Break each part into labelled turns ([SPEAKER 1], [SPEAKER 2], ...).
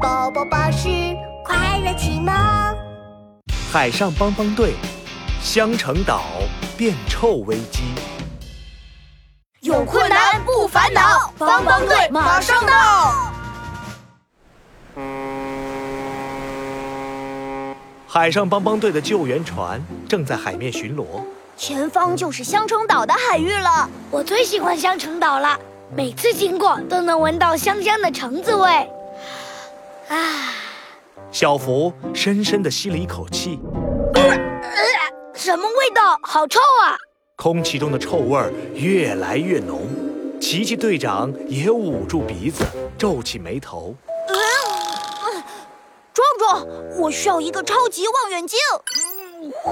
[SPEAKER 1] 宝宝巴士快乐启蒙。
[SPEAKER 2] 海上帮帮队，香橙岛变臭危机。
[SPEAKER 3] 有困难不烦恼，帮帮队马上到。
[SPEAKER 2] 海上帮帮队的救援船正在海面巡逻。
[SPEAKER 3] 前方就是香橙岛的海域了，
[SPEAKER 4] 我最喜欢香橙岛了，每次经过都能闻到香香的橙子味。啊，
[SPEAKER 2] 小福深深地吸了一口气，
[SPEAKER 3] 什么味道？好臭啊！
[SPEAKER 2] 空气中的臭味儿越来越浓。奇奇队长也捂住鼻子，皱起眉头。
[SPEAKER 3] 壮壮，我需要一个超级望远镜。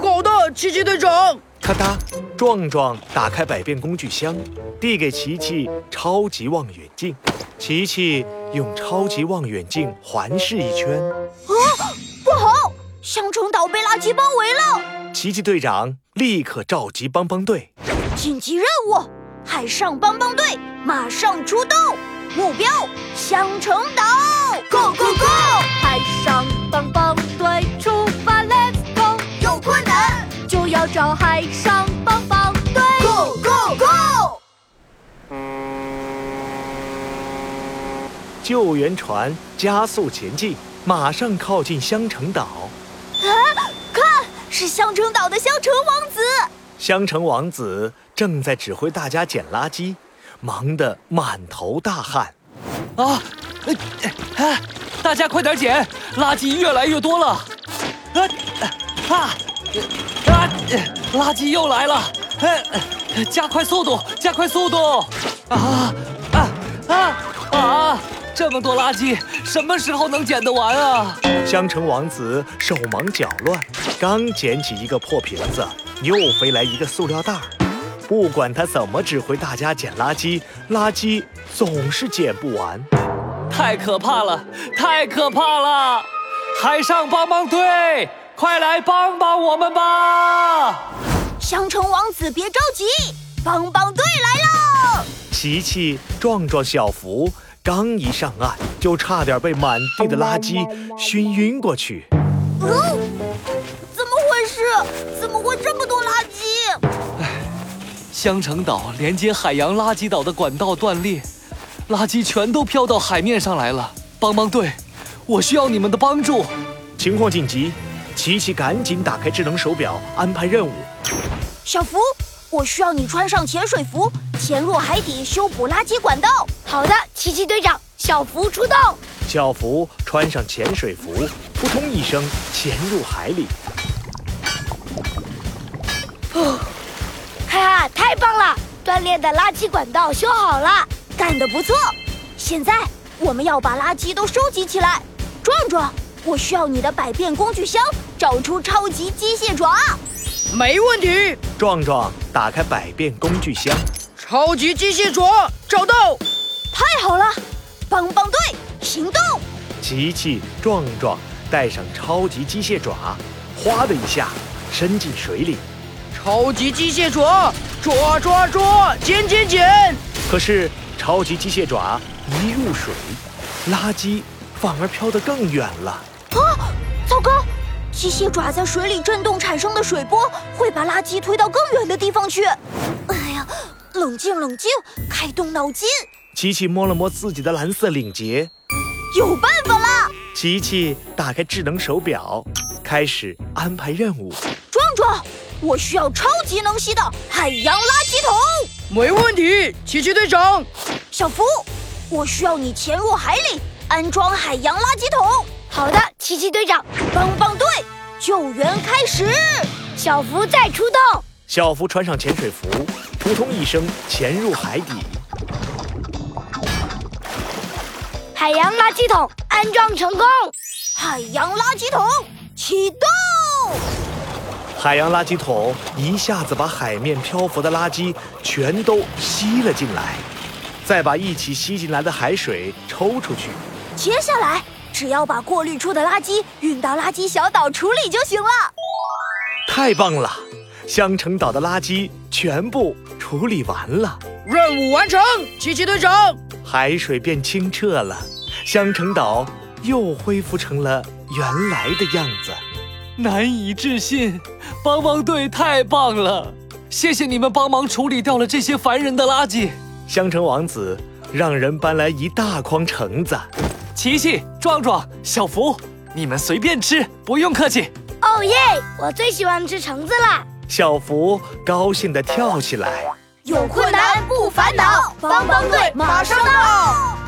[SPEAKER 5] 好的，奇奇队长。
[SPEAKER 2] 咔嗒，壮壮打开百变工具箱，递给琪琪超级望远镜。琪琪用超级望远镜环视一圈，
[SPEAKER 3] 不好，香橙岛被垃圾包围了！
[SPEAKER 2] 奇奇队长立刻召集帮帮队。
[SPEAKER 3] 紧急任务，海上帮帮队马上出动，目标香橙岛，Go Go Go！
[SPEAKER 6] 海上帮帮队出发，Let's go！
[SPEAKER 3] 有困难
[SPEAKER 6] 就要找海上帮帮队。
[SPEAKER 3] ，Go Go Go！
[SPEAKER 2] 救援船加速前进，马上靠近香橙岛。
[SPEAKER 3] 看，是香橙岛的香橙王子。
[SPEAKER 2] 香橙王子正在指挥大家捡垃圾，忙得满头大汗。
[SPEAKER 7] 啊，呃哎，大家快点捡，垃圾越来越多了。呃，啊，呃啊，呃垃圾又来了，哎，呃加快速度，加快速度！啊啊啊啊！这么多垃圾，什么时候能捡得完啊？
[SPEAKER 2] 香橙王子手忙脚乱，刚捡起一个破瓶子，又飞来一个塑料袋儿。不管他怎么指挥大家捡垃圾，垃圾总是捡不完。
[SPEAKER 7] 太可怕了，太可怕了！海上帮帮队，快来帮帮我们吧！
[SPEAKER 3] 香橙王子别着急，帮帮队来喽！
[SPEAKER 2] 琪琪、壮壮、小福刚一上岸，就差点被满地的垃圾熏晕过去。
[SPEAKER 3] 哦怎么回事？怎么会这么多垃圾？
[SPEAKER 7] 香橙岛连接海洋垃圾岛的管道断裂，垃圾全都飘到海面上来了。帮帮队，我需要你们的帮助。
[SPEAKER 2] 情况紧急，琪琪赶紧打开智能手表安排任务。
[SPEAKER 3] 小福，我需要你穿上潜水服，潜入海底修补垃圾管道。
[SPEAKER 4] 好的，奇奇队长，小福出动。
[SPEAKER 2] 小福穿上潜水服，扑通一声潜入海里。
[SPEAKER 4] 哈哈，太棒了！锻炼的垃圾管道修好了。
[SPEAKER 3] 干得不错！现在我们要把垃圾都收集起来。壮壮，我需要你的百变工具箱，找出超级机械爪。
[SPEAKER 5] 没问题，
[SPEAKER 2] 壮壮打开百变工具箱，
[SPEAKER 5] 超级机械爪找到。
[SPEAKER 3] 太好了，帮帮队行动！
[SPEAKER 2] 琪琪、壮壮带上超级机械爪，哗的一下伸进水里。
[SPEAKER 5] 超级机械爪抓抓抓，捡捡捡。
[SPEAKER 2] 可是超级机械爪一入水，垃圾反而飘得更远了。
[SPEAKER 3] 糟糕，机械爪在水里震动产生的水波会把垃圾推到更远的地方去。哎呀，冷静冷静，开动脑筋，
[SPEAKER 2] 琪琪摸了摸自己的蓝色领结，
[SPEAKER 3] 有办法啦！
[SPEAKER 2] 琪琪打开智能手表，开始安排任务。
[SPEAKER 3] 壮壮，我需要超级能吸的海洋垃圾桶。
[SPEAKER 5] 没问题，奇奇队长。
[SPEAKER 3] 小福，我需要你潜入海里安装海洋垃圾桶。
[SPEAKER 4] 好的，奇奇队长，
[SPEAKER 3] 帮帮队，救援开始！
[SPEAKER 4] 小福再出动。
[SPEAKER 2] 小福穿上潜水服，扑通一声潜入海底。
[SPEAKER 4] 海洋垃圾桶安装成功。
[SPEAKER 3] 海洋垃圾桶启动！
[SPEAKER 2] 海洋垃圾桶一下子把海面漂浮的垃圾全都吸了进来，再把一起吸进来的海水抽出去。
[SPEAKER 3] 接下来只要把过滤出的垃圾运到垃圾小岛处理就行了。
[SPEAKER 2] 太棒了！香橙岛的垃圾全部处理完了，
[SPEAKER 5] 任务完成，奇奇队长。
[SPEAKER 2] 海水变清澈了，香橙岛又恢复成了原来的样子。
[SPEAKER 7] 难以置信，帮帮队太棒了！谢谢你们帮忙处理掉了这些烦人的垃圾。
[SPEAKER 2] 香橙王子让人搬来一大筐橙子，
[SPEAKER 7] 琪琪、壮壮、小福，你们随便吃，不用客气。
[SPEAKER 4] 哦耶！我最喜欢吃橙子啦。
[SPEAKER 2] 小福高兴地跳起来。
[SPEAKER 3] 有困难不烦恼，帮帮队马上到。